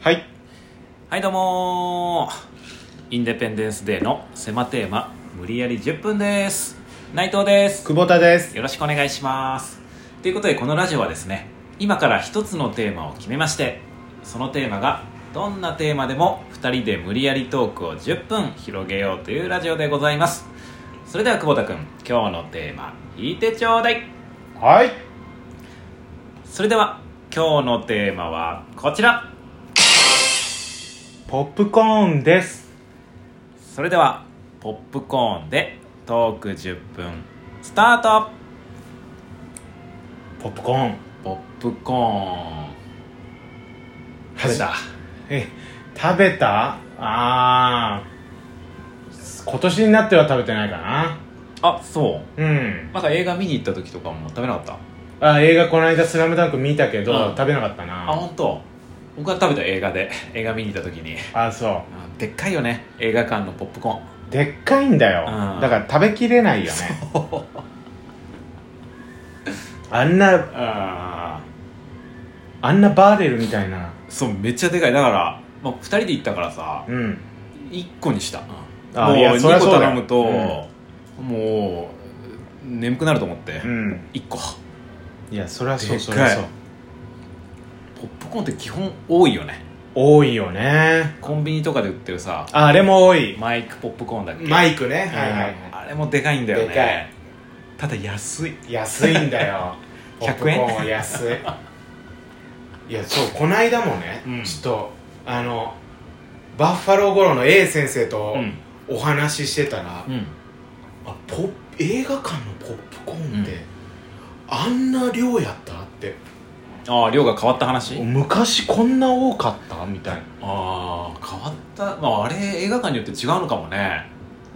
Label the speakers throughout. Speaker 1: はい
Speaker 2: はいどうもーインデペンデンスデーの狭テーマ無理やり10分です内藤です
Speaker 1: 久保田です
Speaker 2: よろしくお願いしますということでこのラジオはですね今から一つのテーマを決めましてそのテーマがどんなテーマでも2人で無理やりトークを10分広げようというラジオでございますそれでは久保田君今日のテーマ引いてちょうだい
Speaker 1: はい
Speaker 2: それでは今日のテーマはこちら
Speaker 1: ポップコーンです
Speaker 2: それではポップコーンでトーク10分スタート
Speaker 1: ポップコーン
Speaker 2: ポップコーン食べた
Speaker 1: え食べたあー今年になっては食べてないかな
Speaker 2: あそう
Speaker 1: うん
Speaker 2: なんか映画見に行った時とかも食べなかった
Speaker 1: あ映画この間「スラムダンク見たけど、
Speaker 2: うん
Speaker 1: 食べなかった
Speaker 2: あ
Speaker 1: な
Speaker 2: 本当。僕は食べた映画で映画見に行った時に
Speaker 1: あそう
Speaker 2: あでっかいよね映画館のポップコーン
Speaker 1: でっかいんだよ、
Speaker 2: うん
Speaker 1: だから食べきれないよねあんなあーあんなバーレルみたいな
Speaker 2: そうめっちゃでかいだから、まあ、2人で行ったからさ
Speaker 1: うん
Speaker 2: 1個にした、もう
Speaker 1: あいやそりゃ
Speaker 2: 2個
Speaker 1: そうだよ
Speaker 2: 頼むと、もう眠くなると思って、
Speaker 1: うん
Speaker 2: 1個
Speaker 1: いやそりゃそう
Speaker 2: でっかい
Speaker 1: そりゃそう
Speaker 2: ポップコーンって基本多いよね
Speaker 1: 多いよね
Speaker 2: コンビニとかで売ってるさ
Speaker 1: ああれも多い
Speaker 2: マイクポップコーンだっけ
Speaker 1: マ
Speaker 2: イ
Speaker 1: イクねはいはいは
Speaker 2: あれもでかいんだよね
Speaker 1: でかい
Speaker 2: ただ安い
Speaker 1: い安いんだ よ
Speaker 2: 100円
Speaker 1: ポップコーンは安いいやそうこないだもね、
Speaker 2: うん
Speaker 1: ちょっとあのバッファローゴロの A 先生と
Speaker 2: うん
Speaker 1: お話ししてたら、
Speaker 2: うん
Speaker 1: あポップ映画館のポップコーンって、
Speaker 2: うん
Speaker 1: あんな量やったって
Speaker 2: ああ量が変わった話あ
Speaker 1: 昔こんな多かったみたいな
Speaker 2: あ変わった、まあ、あれ映画館によって違うのかもね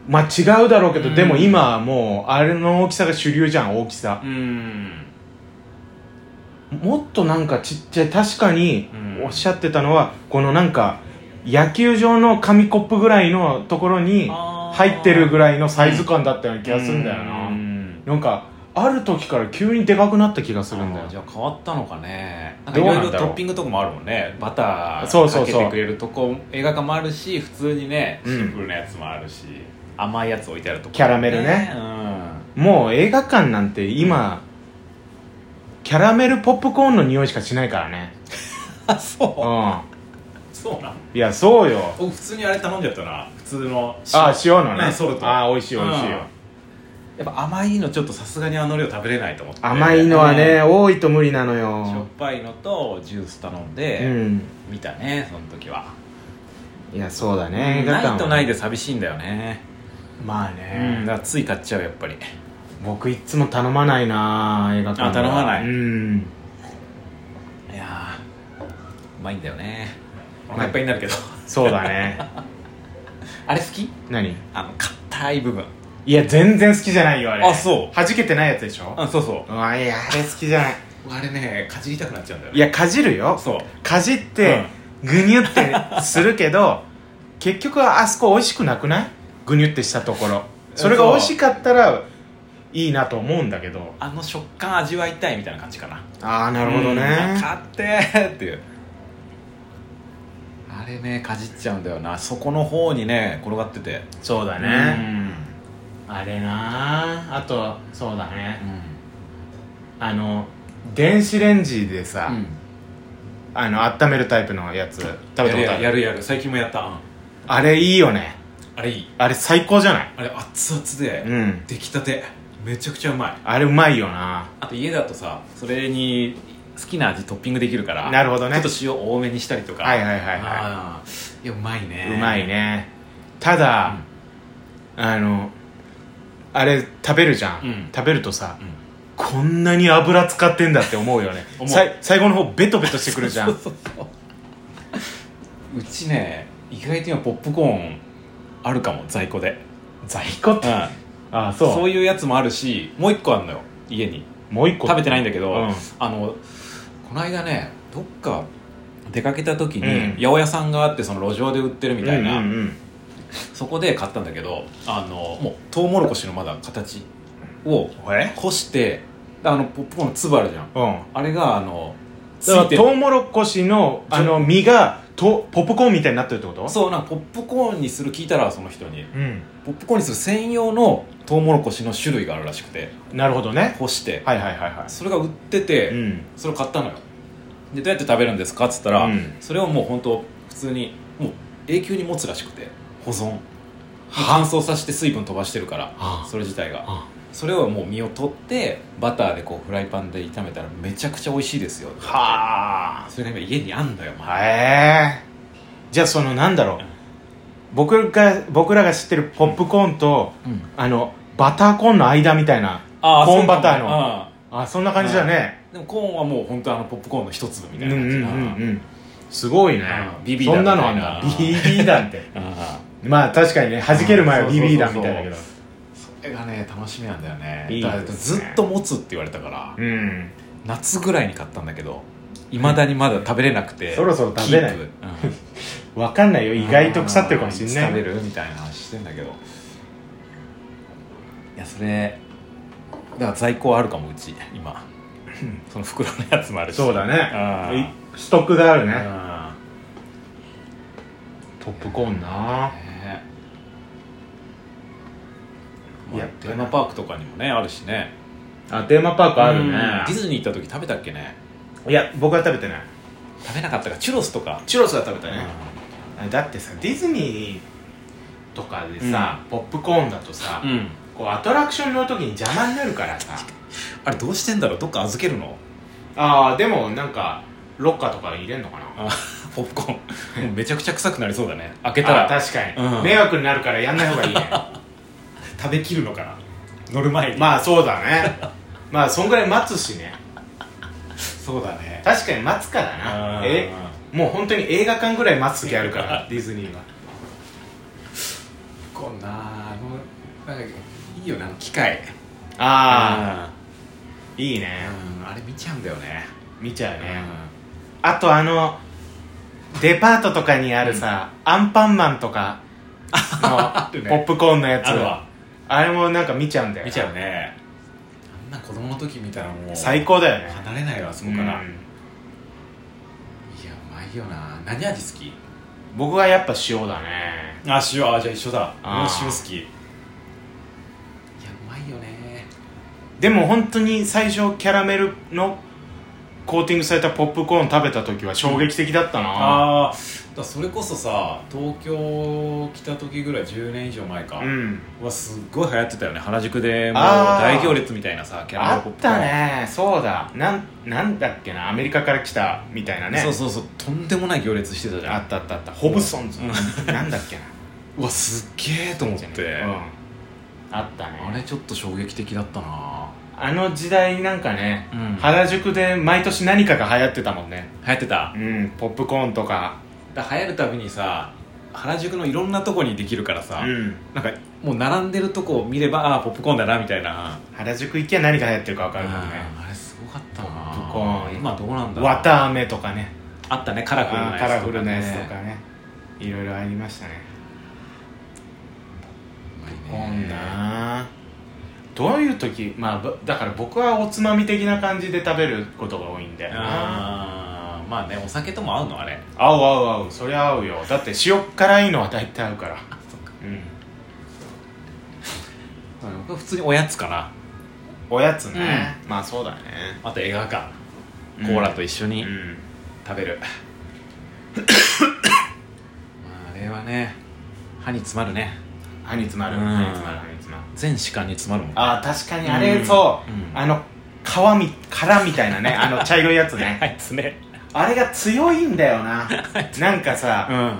Speaker 1: まあ違うだろうけど、
Speaker 2: うん
Speaker 1: でも今はもうあれの大きさが主流じゃん大きさ
Speaker 2: うん
Speaker 1: もっとなんかちっちゃい確かに
Speaker 2: うん
Speaker 1: おっしゃってたのは、このなんか野球場の紙コップぐらいのところに入
Speaker 2: 入
Speaker 1: ってるぐ
Speaker 2: らい
Speaker 1: らいのサイズ感だったような気がするんだよな、なんかある時から急にでかくなった気がするんだよ
Speaker 2: じゃあ変わったのかねなんか
Speaker 1: ど
Speaker 2: いう
Speaker 1: な
Speaker 2: ろ
Speaker 1: んだ
Speaker 2: い
Speaker 1: ろう
Speaker 2: ろトッピングとかもあるもんねバタ
Speaker 1: そう
Speaker 2: ー
Speaker 1: そ
Speaker 2: か
Speaker 1: う
Speaker 2: け
Speaker 1: そう
Speaker 2: てくれるとこ映画館もあるし普通にね
Speaker 1: うん
Speaker 2: シンプルなやつもあるし、甘いやつ置いてあるとこ、
Speaker 1: キャラメルねもう映画館なんて今、キャラメルポップコーンの匂いしかしないからね
Speaker 2: うんあ そううんそうなん
Speaker 1: いやそうよ
Speaker 2: 僕普通にあれ頼んじゃったな普通の
Speaker 1: あ塩のね
Speaker 2: ねソルト
Speaker 1: あ美味しい美味しいよ、
Speaker 2: やっぱ甘いのちょっとさすがにあの量食べれないと思って
Speaker 1: 甘いのはね、
Speaker 2: うん
Speaker 1: 多いと無理なの
Speaker 2: しょっ
Speaker 1: よ
Speaker 2: ぱいのとジュース頼ん
Speaker 1: う
Speaker 2: で、
Speaker 1: ん
Speaker 2: 見たねその時はい
Speaker 1: やそうだね映画館
Speaker 2: な
Speaker 1: はい
Speaker 2: とないで寂しいんだよね、
Speaker 1: まあ
Speaker 2: うん、だ
Speaker 1: ね、
Speaker 2: からつい買っちゃうやっぱり
Speaker 1: 僕いっつも頼まないな映画館は
Speaker 2: あ頼まない
Speaker 1: うん
Speaker 2: いやーうまいんだよねお
Speaker 1: まい
Speaker 2: 腹いっぱいになるけど
Speaker 1: そうだ ね
Speaker 2: あれ好き
Speaker 1: 何
Speaker 2: あの硬い部分
Speaker 1: いや全然好きじゃないよあれ
Speaker 2: あそう
Speaker 1: 弾けてないやつでしょ
Speaker 2: あそうそう
Speaker 1: わいやあれ好きじゃないう
Speaker 2: あれねかじりたくなっちゃうんだよ
Speaker 1: い
Speaker 2: ね
Speaker 1: やかじるよ
Speaker 2: そう
Speaker 1: かじって、ぐにゅってするけど結局はあそこ美味しくなくないぐにゅってしたところそれが美味しかったらいいなと思うんだけど
Speaker 2: あの食感味わいたいみたいな感じかな
Speaker 1: ああなるほど
Speaker 2: うん
Speaker 1: ね
Speaker 2: 買ってっていうあれねかじっちゃうんだよなそこの方にね転がってて
Speaker 1: そうだ
Speaker 2: ね
Speaker 1: あれなあとそうだ
Speaker 2: う
Speaker 1: ね
Speaker 2: ん
Speaker 1: あの電子レンジでさ、
Speaker 2: うん
Speaker 1: あの温めるタイプのやつ食べたことある
Speaker 2: やるやるやる最近もやったうん
Speaker 1: あれいいよね
Speaker 2: あれいい
Speaker 1: あれ最高じゃない
Speaker 2: あれ熱々で、
Speaker 1: うん
Speaker 2: 出来たてめちゃくちゃうまい
Speaker 1: あれうまいよな
Speaker 2: あと家だとさそれに好きな味トッピングできるから
Speaker 1: なるほどね
Speaker 2: ちょっと塩多めにしたりとか
Speaker 1: はいはいはいはい
Speaker 2: はいいやうまいね
Speaker 1: うまいねただ、あのあれ食べるじゃん、
Speaker 2: うん
Speaker 1: 食べるとさ、
Speaker 2: うん
Speaker 1: こんなに油使ってんだって思うよね
Speaker 2: 思う
Speaker 1: さい最後の方ベトベトしてくるじゃん
Speaker 2: そうそうそううちね意外と今ポップコーンあるかも在庫で、
Speaker 1: 在庫っ
Speaker 2: う
Speaker 1: て、
Speaker 2: ん、
Speaker 1: あ
Speaker 2: そう
Speaker 1: そう
Speaker 2: いうやつもあるしもう一個あるのよ家に
Speaker 1: もう一個
Speaker 2: 食べてないんだけど、
Speaker 1: うん
Speaker 2: あのこの間ねどっか出かけた時に、
Speaker 1: うん
Speaker 2: 八百屋さんがあってその路上で売ってるみたい
Speaker 1: う
Speaker 2: な、
Speaker 1: んうんうん
Speaker 2: そこで買ったんだけどあのもうトウモロコシのまだ形を
Speaker 1: え
Speaker 2: 干してあのポップコーンの粒あるじゃん
Speaker 1: うん
Speaker 2: あれがあのつ
Speaker 1: だか
Speaker 2: い
Speaker 1: ら
Speaker 2: て
Speaker 1: トウ
Speaker 2: る
Speaker 1: モロコシのあの実がとポップコーンみたいになってるってこと
Speaker 2: そうなんかポップコーンにする聞いたらその人に
Speaker 1: うん
Speaker 2: ポップコーンにする専用のトウモロコシの種類があるらしくて
Speaker 1: なるほどね
Speaker 2: 干して
Speaker 1: はいはいはいは
Speaker 2: それが売ってて、
Speaker 1: いうん
Speaker 2: それを買ったのよでどうやって食べるんですかっつったら、
Speaker 1: うん
Speaker 2: それをもう本当普通にもう永久に持つらしくて保存乾燥させて水分飛ばしてるから
Speaker 1: あ
Speaker 2: それ自体が
Speaker 1: あ
Speaker 2: それをもう身を取ってバターでこうフライパンで炒めたらめちゃくちゃ美味しいですよ
Speaker 1: はあ
Speaker 2: それが今家にあんだよ、まあ、
Speaker 1: へえじゃあそのなんだろう僕が僕らが知ってるポップコーンとあのバターコーンの間みたいな
Speaker 2: あ
Speaker 1: コーンバターの
Speaker 2: そうかもあ
Speaker 1: あそんな感じだね
Speaker 2: あでもコーンはもう本当あのポップコーンの一粒み
Speaker 1: うん
Speaker 2: た
Speaker 1: う
Speaker 2: い
Speaker 1: ん
Speaker 2: な
Speaker 1: う
Speaker 2: 感じ、
Speaker 1: んうんすごいね
Speaker 2: うんビビ
Speaker 1: そんなの
Speaker 2: だ
Speaker 1: あん
Speaker 2: み
Speaker 1: だ
Speaker 2: たいな
Speaker 1: BB 弾って
Speaker 2: ああ
Speaker 1: まあ確かにね弾ける前は
Speaker 2: うんそうそうそう
Speaker 1: BB 弾みたいだけど
Speaker 2: それがね楽しみなんだよね
Speaker 1: いい
Speaker 2: だから
Speaker 1: ですね
Speaker 2: ずっと持つって言われたから
Speaker 1: うん
Speaker 2: 夏ぐらいに買ったんだけどいまだにまだ食べれなく て
Speaker 1: そろそろ食べない
Speaker 2: キー プ
Speaker 1: わかんないよ
Speaker 2: うん
Speaker 1: 意外と腐ってるかもしんな
Speaker 2: あーつ
Speaker 1: い
Speaker 2: 食べるみたいな話してんだけどいやそれだから在庫あるかもうち今 その袋のやつもあるし
Speaker 1: そうだ
Speaker 2: あー
Speaker 1: ねいストックがある
Speaker 2: う
Speaker 1: ね
Speaker 2: ん
Speaker 1: ポップコーンな
Speaker 2: ね
Speaker 1: いや
Speaker 2: まあテーマパークとかにもねあるしね
Speaker 1: あテーマパークある
Speaker 2: うんディ
Speaker 1: ね
Speaker 2: ズニー行った時食べたっけね
Speaker 1: いや僕は食べてない
Speaker 2: 食べなかったかチュロスとか
Speaker 1: チュロスは食べた
Speaker 2: う
Speaker 1: だってさディズニーとかでさ、ポップコーンだとさ、
Speaker 2: ん
Speaker 1: こうアトラクションの時に邪魔になるからさ
Speaker 2: あれどうしてんだろうどっか預けるの
Speaker 1: ああでもなんかロッカーとか入れんのかな
Speaker 2: あポップコーンもうめちゃくちゃ臭くなりそうだね開けた
Speaker 1: あ
Speaker 2: ら
Speaker 1: 確かに、
Speaker 2: うん
Speaker 1: 迷惑になるからやんない方がいいね
Speaker 2: 食べきるのかな乗る前に
Speaker 1: まあそうだねまあそんぐらい待つしね
Speaker 2: そうだね
Speaker 1: 確かに待つからなえもう本当に映画館ぐらい待つ時あるからディズニーは
Speaker 2: こんなあのなんかいいよねあの機械
Speaker 1: ああ、
Speaker 2: あ
Speaker 1: いい
Speaker 2: あ
Speaker 1: ね
Speaker 2: あれ見ちゃうんだよね
Speaker 1: 見ちゃう
Speaker 2: う
Speaker 1: ね、あとあのデパートとかにあるさ、アンパンマンとか
Speaker 2: あ
Speaker 1: の、
Speaker 2: るね
Speaker 1: ポップコーンのやつ
Speaker 2: あるわ
Speaker 1: あれもなんか見ちゃうんだよ
Speaker 2: 見ちゃうねあんな子供の時見たらもう
Speaker 1: 最高だよね
Speaker 2: 離れないわあそこから、いやうまいよな何味好き
Speaker 1: 僕はやっぱ塩だね
Speaker 2: あ塩あじゃあ一緒だ
Speaker 1: あー
Speaker 2: 俺も塩好きいやうまいよね
Speaker 1: でも本当に最初キャラメルのコーティングされたポップコーン食べた時は衝撃的だったな
Speaker 2: ああーだからそれこそさ東京来た時ぐらい10年以上前か、
Speaker 1: うん、
Speaker 2: はすっごい流行ってたよね原宿でもう
Speaker 1: あー
Speaker 2: 大行列みたいなさキャラメ
Speaker 1: あ
Speaker 2: ルポッ
Speaker 1: っ
Speaker 2: プコーン
Speaker 1: たねそうだなんなんだっけなアメリカから来たみたいなね
Speaker 2: そうそうそうとんでもない行列してたじゃ
Speaker 1: あ
Speaker 2: ん
Speaker 1: ったあったあったホブソンズ、なんだっけ な
Speaker 2: うわすっげえと思って、
Speaker 1: うん、あったね
Speaker 2: あれちょっと衝撃的だったな
Speaker 1: あの時代なんかね、
Speaker 2: うん
Speaker 1: 原宿で毎年何かが流行ってたもんね
Speaker 2: 流行ってた
Speaker 1: うんポップコーンとか
Speaker 2: だ流行るたびにさ原宿のいろんなとこにできるからさ、
Speaker 1: うん
Speaker 2: なんかもう並んでるとこを見ればああポップコーンだなみたいな
Speaker 1: 原宿行きゃ何が流行ってるか分かるもんね
Speaker 2: あれすごかったな
Speaker 1: ポップコーン
Speaker 2: 今どうなんだろう
Speaker 1: わたあめとかね
Speaker 2: あったねカラフル
Speaker 1: あ
Speaker 2: なや
Speaker 1: ー
Speaker 2: つ
Speaker 1: カラフルなやつとかねいろいろありましたね
Speaker 2: う
Speaker 1: こ
Speaker 2: まい
Speaker 1: ん
Speaker 2: ね
Speaker 1: などういう時まあばだから僕はおつまみ的な感じで食べることが多いんだよな
Speaker 2: あーまあねお酒とも合うのあれ
Speaker 1: 合う合う合うそりゃ合うよだって塩辛いのは大体合うからうん
Speaker 2: 僕は普通におやつかな
Speaker 1: おやつね、まあそうだね
Speaker 2: あと映画館
Speaker 1: うん
Speaker 2: コーラと一緒
Speaker 1: う
Speaker 2: に
Speaker 1: ん
Speaker 2: 食べる、 まああれはね歯に詰まるね
Speaker 1: 歯に詰まる
Speaker 2: うん
Speaker 1: 歯に詰まる歯に詰まる
Speaker 2: 全歯間に詰まるもんね
Speaker 1: ああ確かに
Speaker 2: うん
Speaker 1: あれそう、
Speaker 2: うん
Speaker 1: あの皮み殻みたいな ねあの茶色いやつね
Speaker 2: あいつね
Speaker 1: あれが強いんだよ ななんかさ
Speaker 2: ん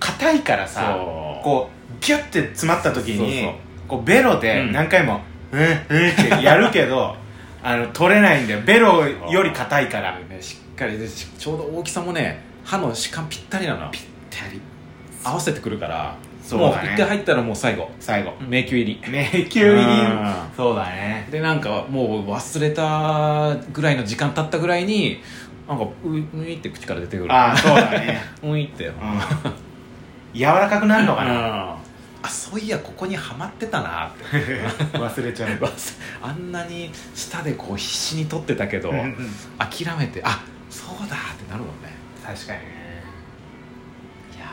Speaker 1: 硬いからさ
Speaker 2: そう
Speaker 1: こうギュッて詰まった時に
Speaker 2: そうそう
Speaker 1: こうベロで何回も「うんうん」ってやるけ どあの取れないんだよベロより硬いから
Speaker 2: ねしっかりでしちょうど大きさもね歯の歯間ぴったりなのぴったり合わせてくるから
Speaker 1: そう
Speaker 2: もう
Speaker 1: だね
Speaker 2: 一回入ったらもう最後
Speaker 1: 最後
Speaker 2: 迷宮入り
Speaker 1: 迷宮入り
Speaker 2: うん
Speaker 1: そうだね
Speaker 2: でなんかもう忘れたぐらいの時間経ったぐらいになんかうういって口から出てくる
Speaker 1: ああそうだね
Speaker 2: ういって
Speaker 1: うん柔らかくなるのかな
Speaker 2: あそういやここにはまってたなって
Speaker 1: 忘れちゃう
Speaker 2: あんなに舌でこう必死に取ってたけど
Speaker 1: うん
Speaker 2: 諦めてあそうだってなるもんね
Speaker 1: 確かにね
Speaker 2: いや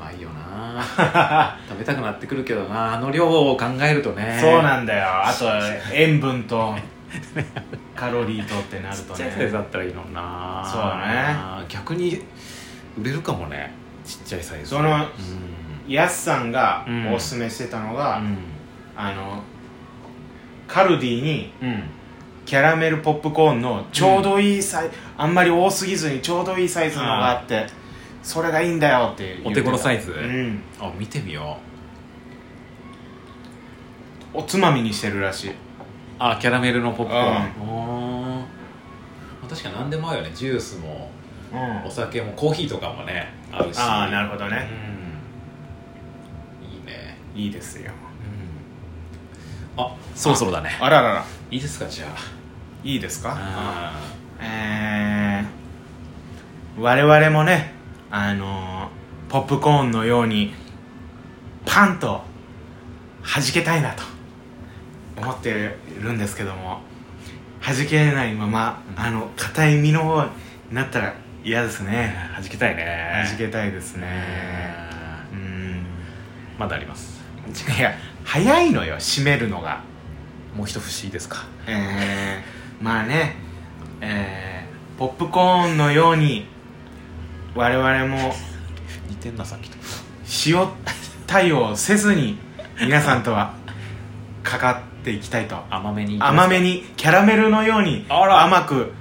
Speaker 2: ーうまいよな ー食べたくなってくるけどなあの量を考えるとね
Speaker 1: そうなんだよあと塩分とカロリーとってなる
Speaker 2: ち
Speaker 1: と
Speaker 2: っちゃいサイズだ
Speaker 1: ね
Speaker 2: ったらいいのにな
Speaker 1: そうだ
Speaker 2: ね逆に売れるかもねちっちゃいサイズ
Speaker 1: その
Speaker 2: うん
Speaker 1: やすさんが
Speaker 2: うん
Speaker 1: おすすめしてたのが、
Speaker 2: うん
Speaker 1: あのカルディに
Speaker 2: うん
Speaker 1: キャラメルポップコーンのちょうどいいサイズ、あんまり多すぎずにちょうどいいサイズのがあってそれがいいんだよって言ってた
Speaker 2: お手頃サイズ
Speaker 1: うん
Speaker 2: あ見てみよう
Speaker 1: おつまみにしてるらしい
Speaker 2: あキャラメルのポップコーンおー確かに何でも合うよねジュースも
Speaker 1: うん
Speaker 2: お酒もコーヒーとかもね合うし
Speaker 1: ああなるほど
Speaker 2: ど
Speaker 1: ね、
Speaker 2: うんいいね
Speaker 1: いいですよ
Speaker 2: あそろそろだね
Speaker 1: あららら
Speaker 2: いいですかじゃ
Speaker 1: いいです
Speaker 2: あ
Speaker 1: か
Speaker 2: あ
Speaker 1: えー、我々もねあのー、ポップコーンのようにパンと弾けたいなと思ってるんですけども弾けないままあの硬い身の方になったら嫌ですね
Speaker 2: はじけたいね
Speaker 1: 弾けたいですね
Speaker 2: ね
Speaker 1: うん
Speaker 2: まだあります
Speaker 1: いや早いのよ締めるのが
Speaker 2: もう一節いいですか
Speaker 1: えー、まあね、えー、ポップコーンのように我々も
Speaker 2: 似てんなさっきと
Speaker 1: 塩対応せずに皆さんとはかかっていきたいと
Speaker 2: 甘めにいきます
Speaker 1: 甘めにキャラメルのように
Speaker 2: あら
Speaker 1: 甘く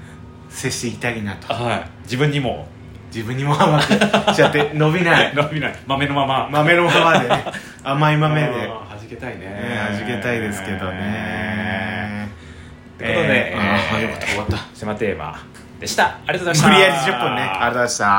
Speaker 1: 接していきたいなと
Speaker 2: はい自分にも
Speaker 1: 自分にも甘くしちゃって 伸びない
Speaker 2: 伸びない豆のまま
Speaker 1: 豆のままでね甘い豆で
Speaker 2: あーはじけたいね
Speaker 1: ね弾けたいですけどね
Speaker 2: ということで、
Speaker 1: えーあー
Speaker 2: えー
Speaker 1: よかった終わった
Speaker 2: 「島テーマ」でしたありがとうございました
Speaker 1: とりあえず10分ねありがとうございました